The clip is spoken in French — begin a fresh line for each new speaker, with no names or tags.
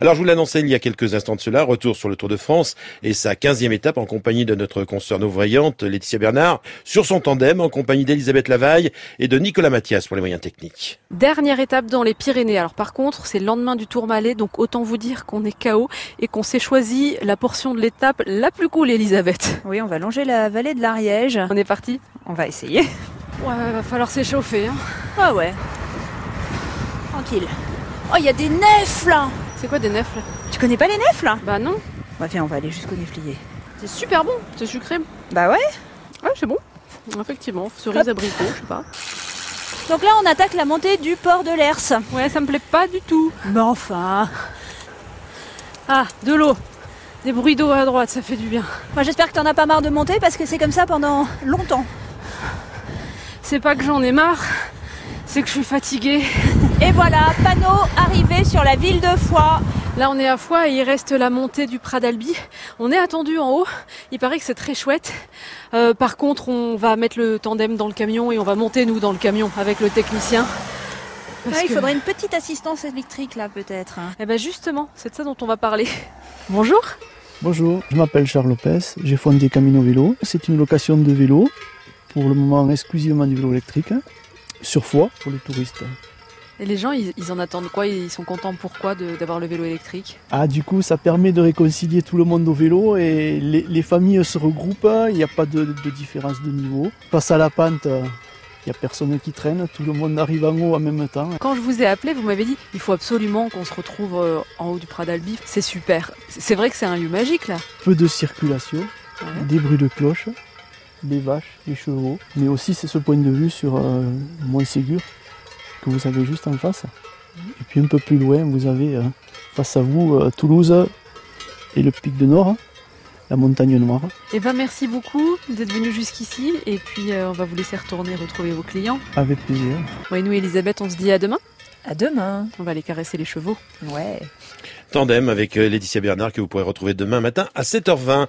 Alors je vous l'annonçais il y a quelques instants de cela, retour sur le Tour de France et sa 15e étape en compagnie de notre consoeur voyante Laetitia Bernard, sur son tandem en compagnie d'Elisabeth Lavaille et de Nicolas Mathias pour les moyens techniques.
Dernière étape dans les Pyrénées. Alors par contre, c'est le lendemain du Tourmalet, donc autant vous dire qu'on est KO et qu'on s'est choisi la portion de l'étape la plus cool, Elisabeth.
Oui, on va longer la vallée de l'Ariège.
On est parti
On va essayer.
Ouais, va falloir s'échauffer. Hein.
Ah ouais. Tranquille. Oh, il y a des nefs là
C'est quoi des nefs là
Tu connais pas les nefs là
Bah non,
Bah viens, on va aller jusqu'au néflier.
c'est super bon, c'est sucré.
Bah ouais.
Ouais, c'est bon. Effectivement, cerise abricot, je sais pas.
Donc là, on attaque la montée du port de l'Erse.
Ouais, ça me plaît pas du tout.
Mais enfin
Ah, de l'eau. Des bruits d'eau à droite, ça fait du bien.
Moi, j'espère que t'en as pas marre de monter parce que c'est comme ça pendant longtemps.
C'est pas que j'en ai marre, c'est que je suis fatiguée.
Et voilà, panneau arrivé sur la ville de Foix.
Là, on est à Foix et il reste la montée du Pradalbi. On est attendu en haut. Il paraît que c'est très chouette. Euh, par contre, on va mettre le tandem dans le camion et on va monter nous dans le camion avec le technicien. Parce
Ouais, Ah, Il
que-
faudrait une petite assistance électrique là, peut-être.
Eh ben justement, c'est de ça dont on va parler. Bonjour.
Bonjour, je m'appelle Charles Lopez, j'ai fondé Camino Vélo. C'est une location de vélo, pour le moment exclusivement du vélo électrique, hein, sur foi pour les touristes.
Et les gens, ils, ils en attendent quoi Ils sont contents pourquoi de- d'avoir le vélo électrique
Ah, du coup, ça permet de réconcilier tout le monde au vélo et les, les familles se regroupent, il n'y a pas de, de différence de niveau. Passe à la pente, euh, il n'y a personne qui traîne, tout le monde arrive en haut en même temps.
Quand je vous ai appelé, vous m'avez dit il faut absolument qu'on se retrouve euh, en haut du Pradalbi. C'est super. C'est c'est vrai que c'est un lieu magique là.
Peu de circulation,
Ouais.
des bruits de cloches, des vaches, des chevaux, mais aussi c'est ce point de vue sur euh, Montségur que vous avez juste en face. Et puis un peu plus loin, vous avez euh, face à vous euh, Toulouse et le pic de Nord, hein, la montagne noire.
Eh ben merci beaucoup d'être venu jusqu'ici et puis euh, on va vous laisser retourner retrouver vos clients.
Avec plaisir.
Moi et nous Elisabeth, on se dit à demain.
À demain.
On va aller caresser les chevaux.
Ouais.
Tandem avec euh, Laetitia Bernard que vous pourrez retrouver demain matin à 7h20.